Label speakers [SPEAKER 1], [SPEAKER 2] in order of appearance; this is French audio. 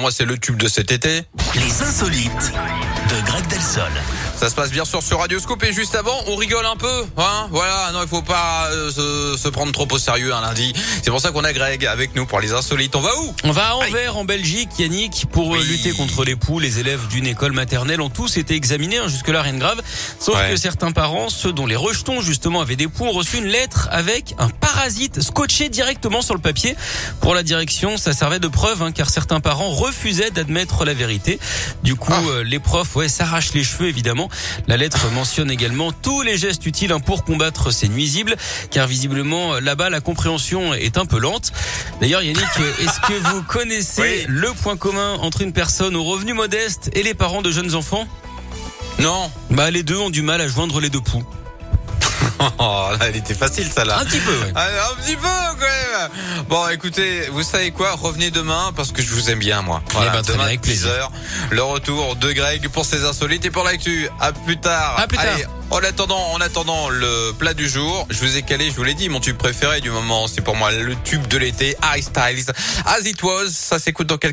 [SPEAKER 1] moi, c'est le tube de cet été.
[SPEAKER 2] Les insolites de Greg Delsol.
[SPEAKER 1] Ça se passe bien sûr sur Radioscope et juste avant, on rigole un peu, hein Voilà, non, il faut pas euh, se, se prendre trop au sérieux un lundi. C'est pour ça qu'on a Greg avec nous pour les insolites. On va où
[SPEAKER 3] On va à Anvers, en Belgique, Yannick, pour euh,
[SPEAKER 1] Oui.
[SPEAKER 3] lutter contre les poux. Les élèves d'une école maternelle ont tous été examinés, hein, jusque-là rien de grave. Sauf
[SPEAKER 1] Ouais.
[SPEAKER 3] que certains parents, ceux dont les rejetons justement avaient des poux, ont reçu une lettre avec un parasite scotché directement sur le papier. Pour la direction, ça servait de preuve, hein, car certains parents refusaient d'admettre la vérité. Du coup,
[SPEAKER 1] Ah.
[SPEAKER 3] euh, les profs, ouais, s'arrachent les cheveux évidemment. La lettre mentionne également tous les gestes utiles hein, pour combattre ces nuisibles, car visiblement euh, là-bas la compréhension est un peu lente. D'ailleurs, Yannick, euh, est-ce que vous connaissez
[SPEAKER 1] Oui.
[SPEAKER 3] le point commun entre une personne aux revenus modestes et les parents de jeunes enfants
[SPEAKER 1] Non.
[SPEAKER 3] Bah, les deux ont du mal à joindre les deux poux.
[SPEAKER 1] Oh, là, elle était facile, ça là.
[SPEAKER 3] Un petit peu. ouais.
[SPEAKER 1] Ah, un petit peu quand même. Bon, écoutez, vous savez quoi Revenez demain parce que je vous aime bien, moi.
[SPEAKER 3] ben, très
[SPEAKER 1] demain
[SPEAKER 3] bien, avec plaisir.
[SPEAKER 1] 10 heures, le retour de Greg pour ses insolites et pour l'actu. À plus tard.
[SPEAKER 3] À plus tard.
[SPEAKER 1] Allez, en attendant, en attendant le plat du jour, je vous ai calé, je vous l'ai dit, mon tube préféré du moment, c'est pour moi le tube de l'été, Harry Styles. As it was, ça s'écoute dans quelques